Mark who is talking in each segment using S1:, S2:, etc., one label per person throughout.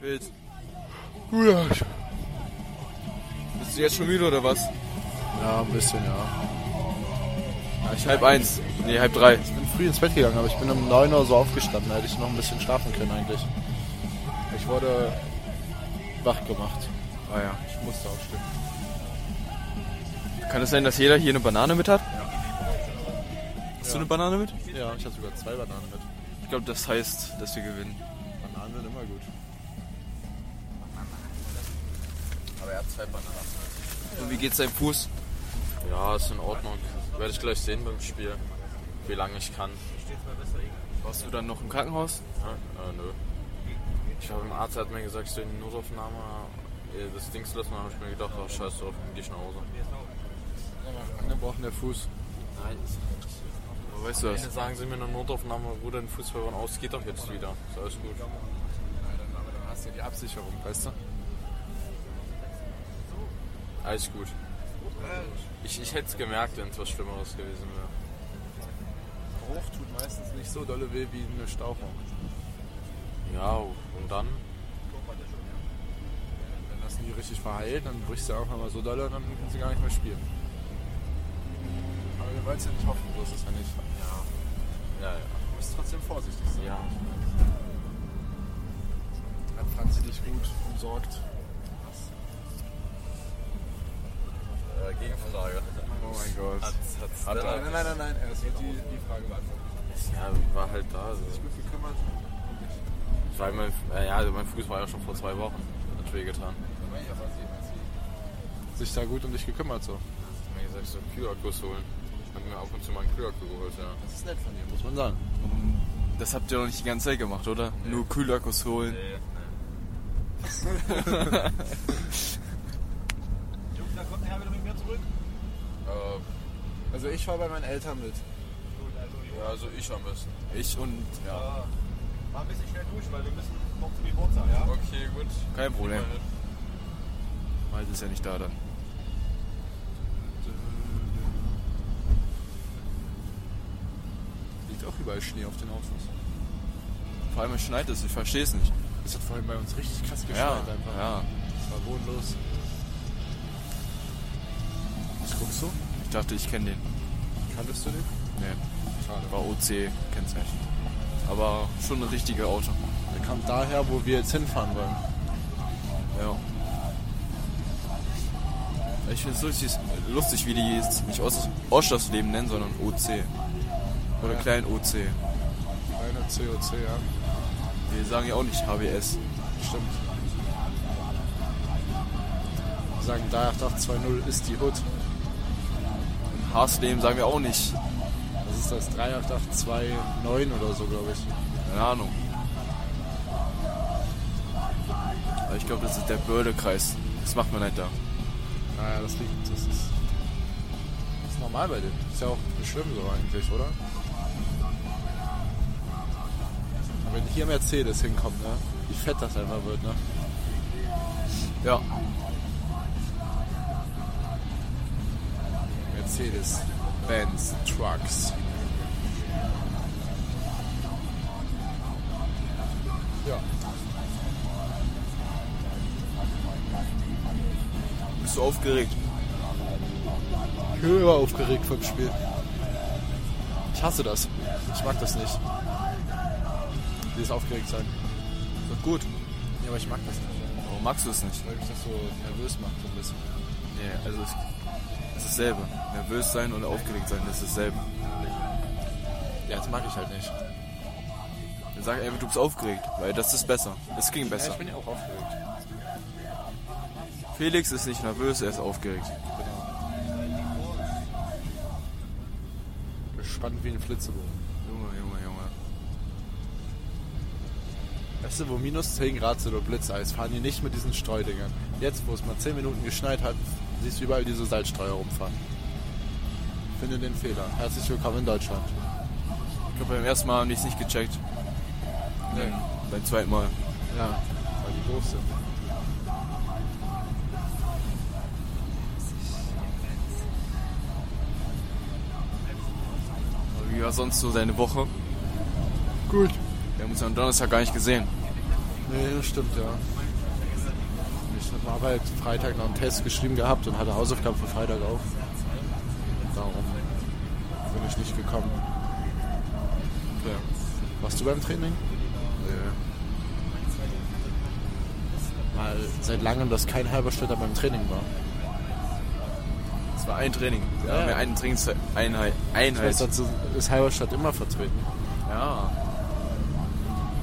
S1: willst.
S2: Gulasch.
S1: Bist du jetzt schon müde oder was?
S2: Ja, ein bisschen, ja.
S1: Ich halb eins. Nee, halb drei.
S2: Ich bin früh ins Bett gegangen, aber ich bin um 9 Uhr so aufgestanden. Da hätte ich noch ein bisschen schlafen können eigentlich. Ich wurde wach gemacht.
S1: Ah ja.
S2: Ich musste aufstehen.
S1: Kann es sein, dass jeder hier eine Banane mit hat? Ja. Hast du eine Banane mit?
S2: Ja, ich hatte sogar zwei Bananen mit.
S1: Ich glaube, das heißt, dass wir gewinnen.
S2: Bananen sind immer gut. Aber er hat zwei Bananen.
S1: Und wie geht's deinem Fuß?
S3: Ja, ist in Ordnung. Werde ich gleich sehen beim Spiel, wie lange ich kann.
S1: Warst du dann noch im Krankenhaus?
S3: Ja, äh, nö. Ich habe im Arzt hat mir gesagt, ich soll in die Notaufnahme äh, das Ding zu lassen. Dann habe ich mir gedacht, ach scheiß drauf, dann geh ich nach Hause.
S2: Angebrochen der Fuß.
S3: Nein,
S1: Wo weißt du das?
S3: sagen sie mir in der Notaufnahme, wo dein Fuß verloren aus, geht doch jetzt wieder. Ist alles gut.
S2: Aber dann hast du ja die Absicherung, weißt du?
S3: Alles gut. Ich, ich hätte es gemerkt, wenn es was Schlimmeres gewesen wäre.
S2: Bruch tut meistens nicht so dolle weh wie eine Stauchung.
S3: Ja, und dann?
S2: Wenn das nie richtig verheilt, dann bricht sie einfach mal so dolle und dann können sie gar nicht mehr spielen. Aber wir wollen es ja nicht hoffen, so ist es ja nicht.
S3: Ja, ja.
S2: Du musst trotzdem vorsichtig sein.
S3: Ja.
S2: Hat Franzi dich gut umsorgt?
S3: Äh, Gegenfrage.
S2: Oh mein Gott.
S3: Hat's, hat's
S2: Nein, nein, nein, nein, nein, er wird die, die Frage beantworten.
S3: halt, Ja, war halt da. Also.
S2: Sich gut gekümmert.
S3: Ich war mein, äh, ja, mein Fuß war ja schon vor zwei Wochen. Hat weh getan.
S2: Sich da gut um dich gekümmert, so.
S3: Hat mir gesagt, ich soll Kühlakkus holen. Hab mir ab und zu mal einen Kühlakku geholt, ja.
S2: Das ist nett von dir, muss man sagen.
S1: Um, Das habt ihr doch nicht die ganze Zeit gemacht, oder? Nur Kühlakkus holen.
S3: Nee,
S4: Jungs, da kommt nachher wieder mit mir zurück.
S3: Äh,
S2: Also ich war bei meinen Eltern mit.
S4: Gut, also Jungs,
S3: ja, also ich am besten.
S1: Ich und. Ja.
S4: äh, mal ein bisschen schnell durch, weil wir müssen noch zum Geburtstag, ja?
S3: Okay, gut.
S1: Kein Problem. Malte ist ja nicht da dann.
S2: Liegt auch überall Schnee auf den Autos.
S1: Vor allem es schneit es, ich verstehe es nicht.
S2: Es hat vorhin bei uns richtig krass geschneit
S1: Ja,
S2: einfach.
S1: ja.
S2: Es war bodenlos. Was guckst du?
S1: Ich dachte, ich kenne den.
S2: Kanntest du den?
S1: Nee,
S2: Schade.
S1: war OC-Kennzeichen. Aber schon ein richtiges Auto.
S2: Der kam daher, wo wir jetzt hinfahren wollen.
S1: Ja. Ich finde es lustig, lustig, wie die es nicht Ost Ostschlossleben nennen, sondern OC. Oder
S2: Ja.
S1: klein OC.
S2: Eine COC, ja.
S1: Die sagen ja auch nicht HWS.
S2: Stimmt. Wir sagen, Dayach 2.0 ist die Hood.
S1: Und Haarsleben sagen wir auch nicht.
S2: Das ist das 38829 oder so, glaube ich.
S1: Keine Ahnung. Aber ich glaube, das ist der Bördekreis. Das macht man nicht da.
S2: Naja, Ah das liegt. Das ist, das ist normal bei denen. Ist ja auch nicht schlimm so eigentlich, oder? Aber Wenn hier Mercedes hinkommt, ne? Wie fett das einfach wird, ne?
S1: Ja.
S2: Mercedes, Benz, Trucks. Ja.
S1: Bist du aufgeregt?
S2: Höher aufgeregt vom Spiel. Ich hasse das. Ich mag das nicht. Dieses aufgeregt sein.
S1: Ist doch gut.
S2: Ja, aber ich mag das nicht.
S1: Warum magst du es nicht?
S2: Weil mich das so nervös macht so ein bisschen.
S1: Nee, also es es ist dasselbe. Nervös sein oder aufgeregt sein, das ist dasselbe.
S2: Ja, das mag ich halt nicht.
S1: Dann sag einfach, du bist aufgeregt, weil das ist besser. Es ging besser.
S2: bin ja auch aufgeregt.
S1: Felix ist nicht nervös, er ist aufgeregt.
S2: Gespannt wie ein Flitzebogen.
S1: Junge, Junge, Junge.
S2: Weißt du, wo minus 10 Grad sind und Blitzeis, fahren die nicht mit diesen Streudingern. Jetzt, wo es mal 10 Minuten geschneit hat, siehst du überall diese Salzstreuer rumfahren. Finde den Fehler. Herzlich willkommen in Deutschland.
S1: Ich glaube, beim ersten Mal haben die es nicht gecheckt.
S2: Nee.
S1: Beim zweiten Mal.
S2: Ja, weil die doof sind.
S1: Aber Wie war sonst so deine Woche?
S2: Gut.
S1: Wir haben uns am Donnerstag gar nicht gesehen.
S2: Nee, das stimmt, ja. Ich habe aber jetzt Freitag noch einen Test geschrieben gehabt und hatte Hausaufgaben für Freitag auch. Darum bin ich nicht gekommen. Ja. Warst du beim Training?
S1: Äh,
S2: Nee. Mal seit langem, dass kein Halberstädter beim Training war.
S1: Es war ein Training. Wir
S2: Ja.
S1: haben ja eine Trainingseinheit.
S2: Ich weiß,
S1: Einheit.
S2: dazu ist Halberstadt immer vertreten.
S1: Ja.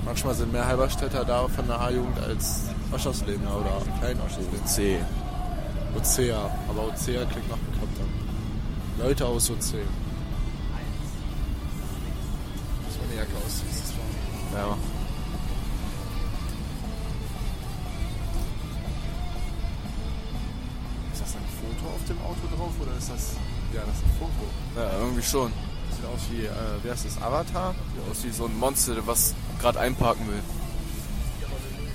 S2: Manchmal sind mehr Halberstädter da von der A-Jugend als Oscherslebner oder Klein-Oscherslebner.
S1: C.
S2: Ozea, aber Ozea klingt noch bekannter. Leute aus Ozea. Das war eine Jacke aus. das ist wahr.
S1: Ja.
S2: Ist das ein Foto auf dem Auto drauf oder ist das. Ja, das ist ein Foto.
S1: Ja, irgendwie schon.
S2: Das sieht aus wie, äh, wer ist das? Avatar?
S1: Sieht aus wie so ein Monster, was gerade einparken will.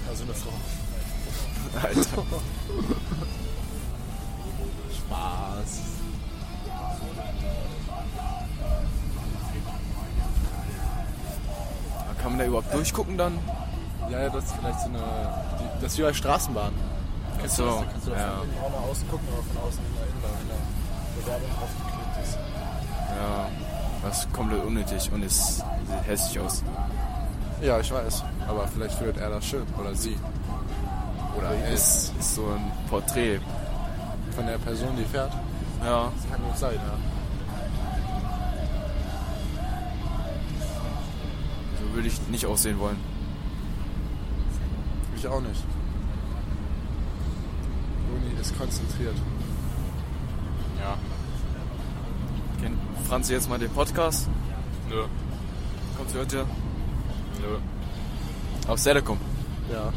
S2: Also eine Frau.
S1: Alter.
S2: Spaß.
S1: Kann man da überhaupt durchgucken dann?
S2: Ja, ja, das ist vielleicht so eine. Die, das ist wie bei Straßenbahn.
S1: Kennst du das? Da kannst
S2: kannst
S1: du
S2: du
S1: doch Ja.
S2: ja.
S1: von
S2: von vorne außen gucken, aber von außen immer innen, wenn da Bewerbung draufgeklebt ist.
S1: Ja. Das ist komplett unnötig und es sieht hässlich aus.
S2: Ja, ich weiß. Aber vielleicht findet er das schön. Oder sie. Oder es.
S1: Es ist so ein Porträt.
S2: Von der Person, die fährt.
S1: Ja.
S2: Das kann gut sein, ja.
S1: So würde ich nicht aussehen wollen.
S2: Ich auch nicht. Juni ist konzentriert.
S3: Ja.
S1: Kennt Franzi jetzt mal den Podcast?
S3: Nö.
S1: Kommt sie heute
S3: Nö.
S1: auf Selecom.
S2: Ja.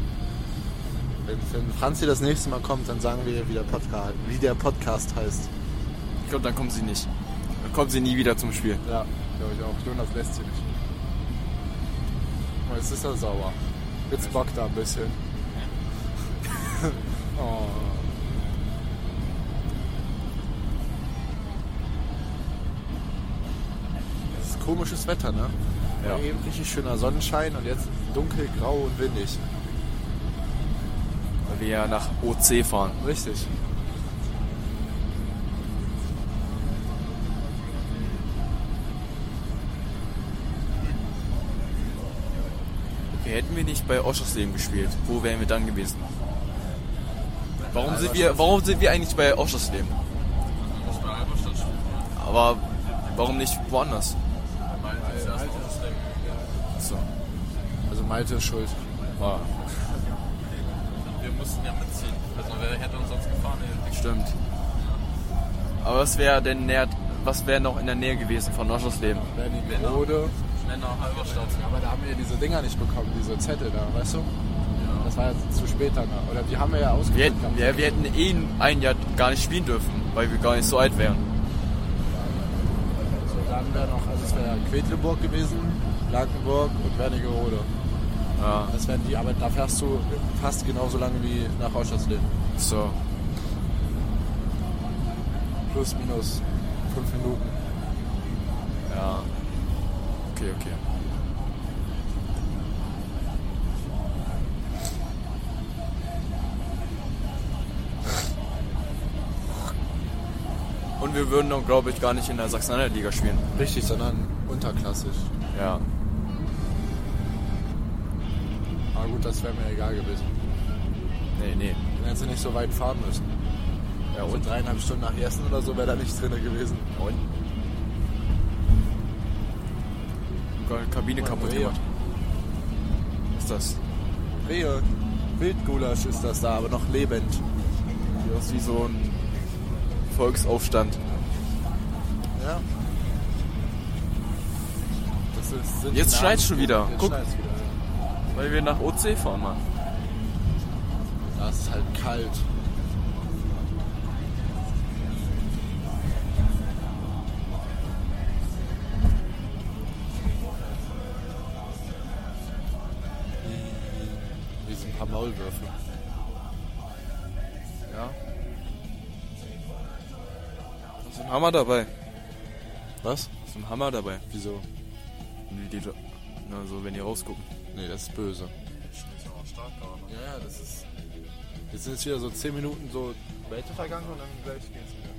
S2: Wenn, wenn Franzi das nächste Mal kommt, dann sagen wir ihr, wie der Podcast, wie der Podcast heißt.
S1: Ich glaube, dann kommt sie nicht. Dann kommt sie nie wieder zum Spiel.
S2: Ja, glaube ich auch. Jonas lässt sie nicht. Oh, jetzt ist er sauer. Jetzt bockt er ein bisschen. oh. Es ist komisches Wetter, ne?
S1: Ja.
S2: War Eben richtig schöner Sonnenschein und jetzt dunkel, grau und windig.
S1: Weil wir ja nach OC fahren.
S2: Richtig.
S1: Okay, hätten wir nicht bei Oschersleben gespielt, wo wären wir dann gewesen? Warum sind wir, warum sind wir eigentlich bei Oschersleben?
S3: Muss bei Halberstadt spielen.
S1: Aber warum nicht woanders?
S3: Meint ist erst aufsteigen.
S1: So.
S2: Also Malte ist schuld.
S1: Ah,
S3: Wir mussten ja mitziehen. Also wer hätte uns sonst gefahren? Ey?
S1: stimmt. Aber was wäre denn näher, was wäre noch in der Nähe gewesen von Oschersleben?
S2: Benny Rode.
S3: Schnell nach Halberstadt.
S2: Aber da haben wir diese Dinger nicht bekommen, diese Zettel da, weißt du? Das war jetzt zu spät dann. Oder die haben wir ja
S1: Wir
S2: ausgedruckt.
S1: hätten, ja, wir hätten eh ein Jahr gar nicht spielen dürfen, weil wir gar nicht so alt wären.
S2: So, dann wäre noch, also es wäre Quedlinburg gewesen, Blankenburg und Wernigerode.
S1: Ja,
S2: Das wären die, aber da fährst du fast genauso lange wie nach Oschersleben.
S1: so.
S2: Plus, minus fünf Minuten.
S1: Ja. Okay, okay. Und wir würden dann, glaube ich, gar nicht in der Sachsen-Anhalt-Liga spielen.
S2: Richtig, sondern unterklassisch.
S1: Ja.
S2: Aber gut, das wäre mir egal gewesen.
S1: Nee, nee.
S2: Dann hätten sie nicht so weit fahren müssen.
S1: Ja,
S2: Und
S1: und?
S2: dreieinhalb Stunden nach Essen oder so wäre da nichts drin gewesen.
S1: Und? Sogar die Kabine kaputt
S2: Rehe.
S1: gemacht. Was ist das?
S2: Rehe. Wildgulasch ist das da, aber noch lebend.
S1: Sieht aus wie so ein Volksaufstand.
S2: Ja. Das ist, sind
S1: Jetzt
S2: die
S1: schneit's schon
S2: Namen-
S1: wieder.
S2: Jetzt
S1: Guck.
S2: schneit's wieder.
S1: Weil wir nach OC fahren, Mann.
S2: Ja, es ist halt kalt. Wie so ein paar Maulwürfe.
S1: Ja. Hast du einen Hammer dabei?
S2: Was?
S1: Hast du einen Hammer dabei?
S2: Wieso?
S1: Die, die, na, so, wenn die rausgucken.
S2: Nee, das ist böse.
S4: Ist ja auch stark.
S2: Ja, ja, das ist. Jetzt sind es wieder so 10 Minuten so Weltuntergang und dann gleich geht's wieder.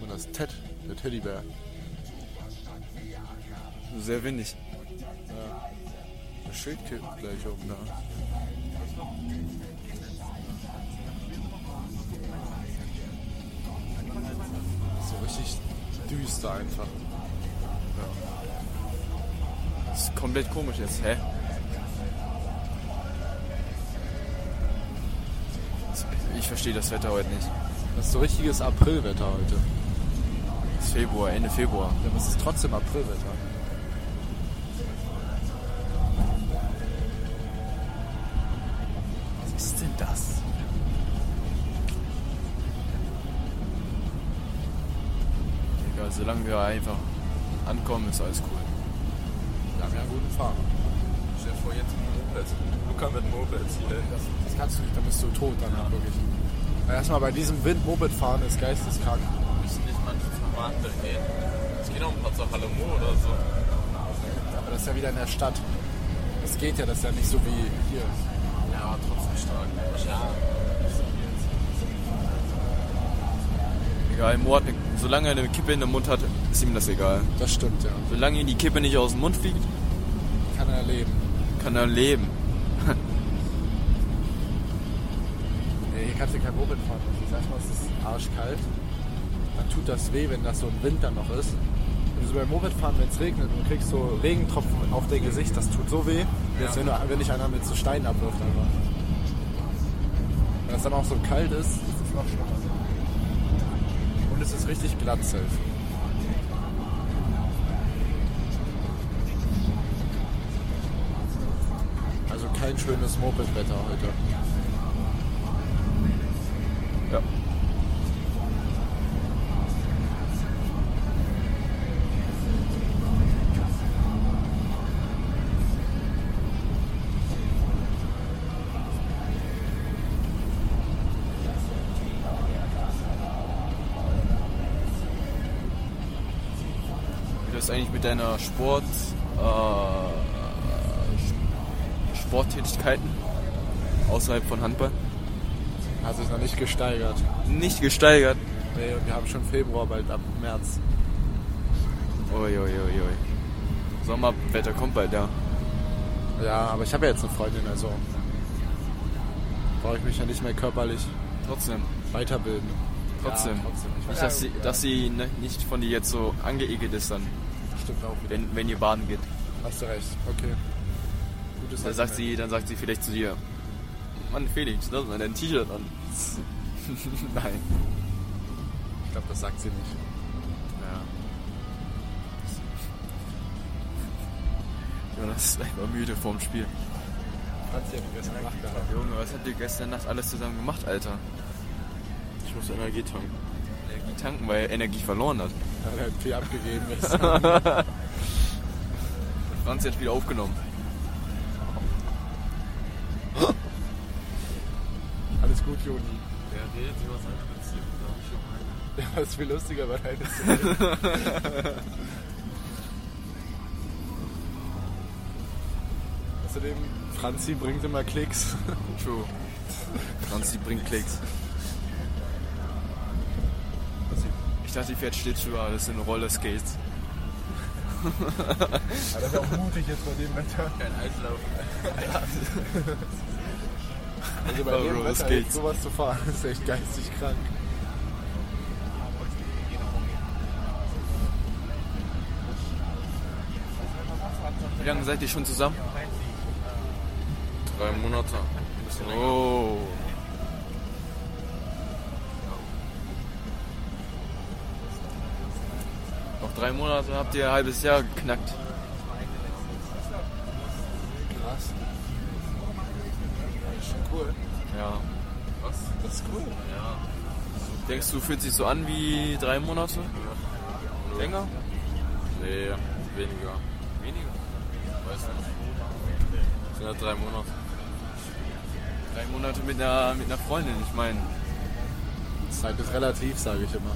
S2: Und das ist Ted, der Teddybär.
S1: Sehr windig.
S2: Das Schild kippt gleich oben da. So richtig düster einfach.
S1: Das ist komplett komisch jetzt, hä? Ich verstehe das Wetter heute nicht.
S2: Das ist so richtiges Aprilwetter heute.
S1: Es ist Februar, Ende Februar.
S2: Ja, aber es ist trotzdem Aprilwetter.
S1: Was ist denn das? Egal, solange wir einfach ankommen, ist alles cool.
S2: Wir haben ja einen guten Fahrer.
S3: Stell dir vor, jetzt ein Moped. Luca mit Moped hier.
S2: Das, das kannst du nicht, da bist du tot danach wirklich. Erstmal bei diesem Wind Moped fahren ist geisteskrank.
S3: Wir müssen nicht manche zum andere gehen. Es geht auch ein paar zur Halle Mo oder so.
S2: Aber das ist ja wieder in der Stadt. Das geht ja, das ist ja nicht so wie hier.
S3: Ja, aber trotzdem stark. Ja.
S1: Egal, Mo hat eine, solange er eine Kippe in dem Mund hat, ist ihm das egal.
S2: Das stimmt ja.
S1: Solange ihm die Kippe nicht aus dem Mund fliegt,
S2: Kann er leben.
S1: kann er leben.
S2: Nee, hier kannst du kein Moped fahren. Also sag mal, es ist arschkalt. Dann tut das weh, wenn das so ein Wind dann noch ist. Wenn du so beim Moped fahren, wenn es regnet und du kriegst so Regentropfen auf dein Gesicht, das tut so weh, wie als wenn, du, wenn dich einer mit so Steinen abwirft. Einfach. Wenn das dann auch so kalt ist, ist es noch schlimmer. Und es ist richtig glatt safe. Also kein schönes Moped-Wetter heute.
S1: Ja. Wie das eigentlich mit deiner Sport, äh, Sporttätigkeiten außerhalb von Handball
S2: Hat sich noch nicht gesteigert.
S1: nicht gesteigert.
S2: Nee, und wir haben schon Februar, bald ab März.
S1: Uiuiuiui. Sommerwetter kommt bald, ja.
S2: Ja, aber ich habe ja jetzt eine Freundin, also brauche ich mich ja nicht mehr körperlich
S1: Trotzdem.
S2: weiterbilden.
S1: Trotzdem.
S2: Ja, trotzdem. Ich weiß,
S1: Nicht, dass sie, dass sie ne- nicht von dir jetzt so angeekelt ist dann,
S2: stimmt auch wieder.
S1: wenn, wenn ihr baden geht.
S2: Hast du recht. Okay. Gutes
S1: Dann sagt sie, dann sagt sie vielleicht zu dir, Mann Felix, lass mal dein T-Shirt an. Nein.
S2: Ich glaube, das sagt sie nicht.
S1: Ja. Jonas ist einfach müde vorm Spiel.
S2: Hat sie ja gestern Nacht gehabt.
S1: Junge, was habt ihr gestern Nacht alles zusammen gemacht, Alter?
S3: Ich muss Energie tanken.
S1: Energie tanken, weil er Energie verloren hat.
S2: Hat halt viel abgegeben.
S1: Franz hat wieder aufgenommen.
S2: Alles gut, Joni.
S3: Der redet über sein Prinzip, glaube ich schon mal.
S2: Ja, Das ist viel lustiger, weil halt Außerdem, Franzi bringt immer Klicks.
S1: True. Franzi bringt Klicks. Ich dachte, die fährt Schlittschuhe, aber das sind Rollerskates.
S2: Aber das ist auch mutig jetzt bei dem Wetter.
S3: Kein Eislauf.
S2: Also bei
S1: Einfach
S2: dem
S1: Roller
S2: Wetter
S1: Skates.
S2: jetzt sowas zu fahren, ist echt geistig krank.
S1: Wie lange seid ihr schon zusammen?
S3: Drei Monate. Ein bisschen länger.
S1: Oh. Noch drei Monate habt ihr ein halbes Jahr geknackt.
S2: Krass. Das ist schon cool.
S1: Ja.
S3: Was?
S2: Das ist cool.
S1: Denkst du, fühlt sich so an wie drei Monate? Länger?
S3: Nee, weniger.
S1: Weniger.
S3: Weiß nicht. Sind ja drei Monate.
S1: Drei Monate mit einer, mit einer Freundin, ich meine.
S2: Zeit ist relativ, sage ich immer.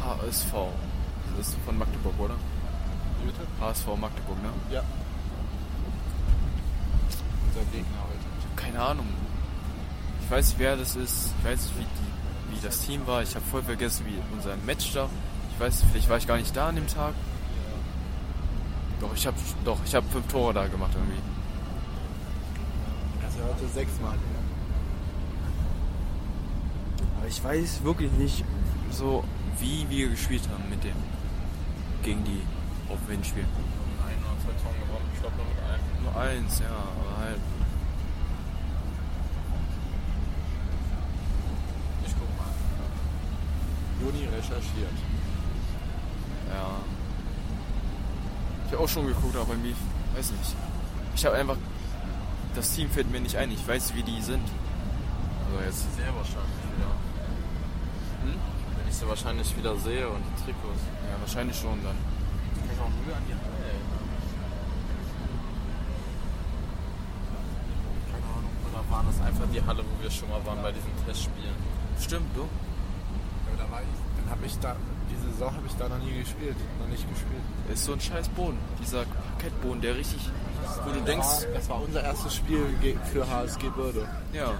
S1: HSV. Das ist von Magdeburg, oder?
S2: Wie bitte?
S1: HSV Magdeburg, ne?
S2: Ja. Unser Gegner heute.
S1: Keine Ahnung. Ich weiß nicht, wer das ist. Ich weiß nicht, wie, die, wie das Team war. Ich habe voll vergessen, wie unser Match da. Ich weiß, vielleicht war ich gar nicht da an dem Tag. Doch, ich habe doch, ich habe fünf Tore da gemacht irgendwie.
S2: Also heute sechsmal.
S1: Aber ich weiß wirklich nicht so, wie wir gespielt haben mit dem gegen die auf wen spielen.
S3: Ein oder zwei Tonnen gewonnen, ich glaube nur mit einem.
S1: Nur eins, ja, aber halt.
S3: Ich guck mal.
S2: Juni recherchiert.
S1: Ja. Ich habe auch schon geguckt, aber irgendwie, weiß nicht. Ich habe einfach, das Team fällt mir nicht ein. Ich weiß, wie die sind. Also jetzt.
S3: Sehr wahrscheinlich wieder.
S1: Hm?
S3: Wenn ich sie wahrscheinlich wieder sehe und die Trikots.
S1: Ja, wahrscheinlich schon dann.
S3: Ich kann auch Mühe an die Halle erinnern. Keine Ahnung. Oder war das einfach die Halle, wo wir schon mal waren bei diesen Testspielen?
S1: Stimmt, du?
S2: Aber da war ich, dann habe ich da, diese Saison habe ich da noch nie gespielt. Noch nicht gespielt.
S1: Ist so ein scheiß Boden. Dieser Parkettboden, der richtig, wo du denkst,
S2: war, das war unser erstes Spiel ge- für HSG Bürde.
S1: ja,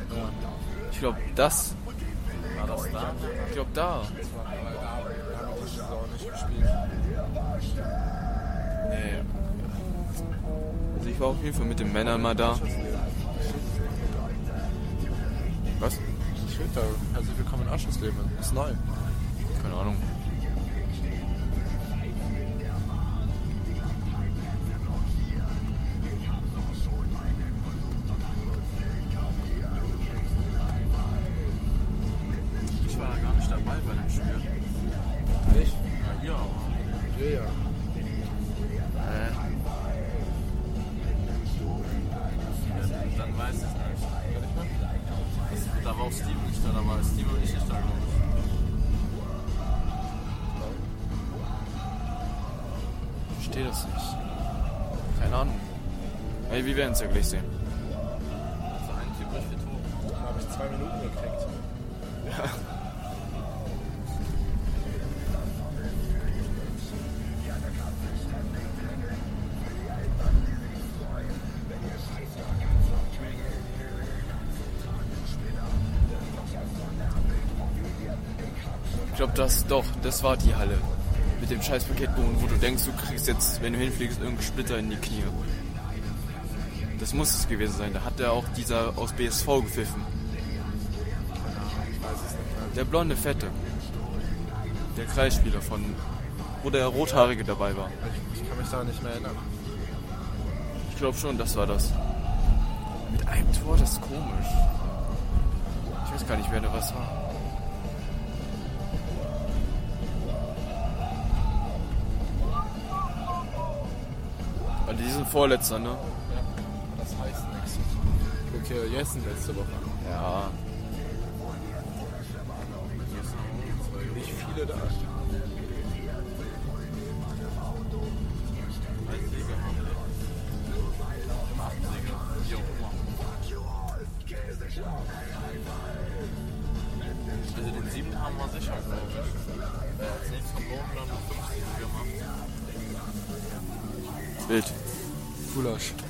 S1: ich glaube, das,
S3: War das da?
S1: ich glaube, da.
S2: Aber da haben wir diese Saison nicht gespielt.
S1: Nee. Also ich war auf jeden Fall mit den Männern mal da. Was?
S2: Schön, da. Herzlich willkommen in Aschusleben. Ist neu.
S1: Keine Ahnung.
S3: Ich war da gar nicht dabei bei dem Spiel.
S2: Nicht?
S3: Ja, hier aber.
S2: Ja, ja.
S3: Dann weiß ich nicht. Da war auch Steven nicht da, da war Steven und ich nicht da, glaube ich.
S1: Ich verstehe das nicht. Keine Ahnung. Ey, wir werden es ja gleich sehen.
S3: Also ein Typ richtig tot.
S2: Da habe ich zwei Minuten gekriegt.
S1: Ich glaube, das doch, das war die Halle. Mit dem scheiß Paketboden, wo du denkst, du kriegst jetzt, wenn du hinfliegst, irgendeinen Splitter in die Knie. Das muss es gewesen sein. Da hat er auch dieser aus BSV gepfiffen. Der blonde Fette. Der Kreisspieler von. Wo der Rothaarige dabei war.
S2: Also, Ich, ich kann mich da nicht mehr erinnern.
S1: Ich glaube schon, das war das. Mit einem Tor, das ist komisch. Ich weiß gar nicht, wer da was war. Also die sind Vorletzter, ne?
S2: Das heißt nichts. Okay, Jessen letzte Woche.
S1: Ja.
S2: Nicht viele da.
S3: Ein Sieger haben wir. Im Achtensieger. Wie auch immer. Also den siebten haben wir sicher, glaube ich. Wer hat nichts verloren, dann 50 gemacht.
S1: Wild.
S2: Gulasch.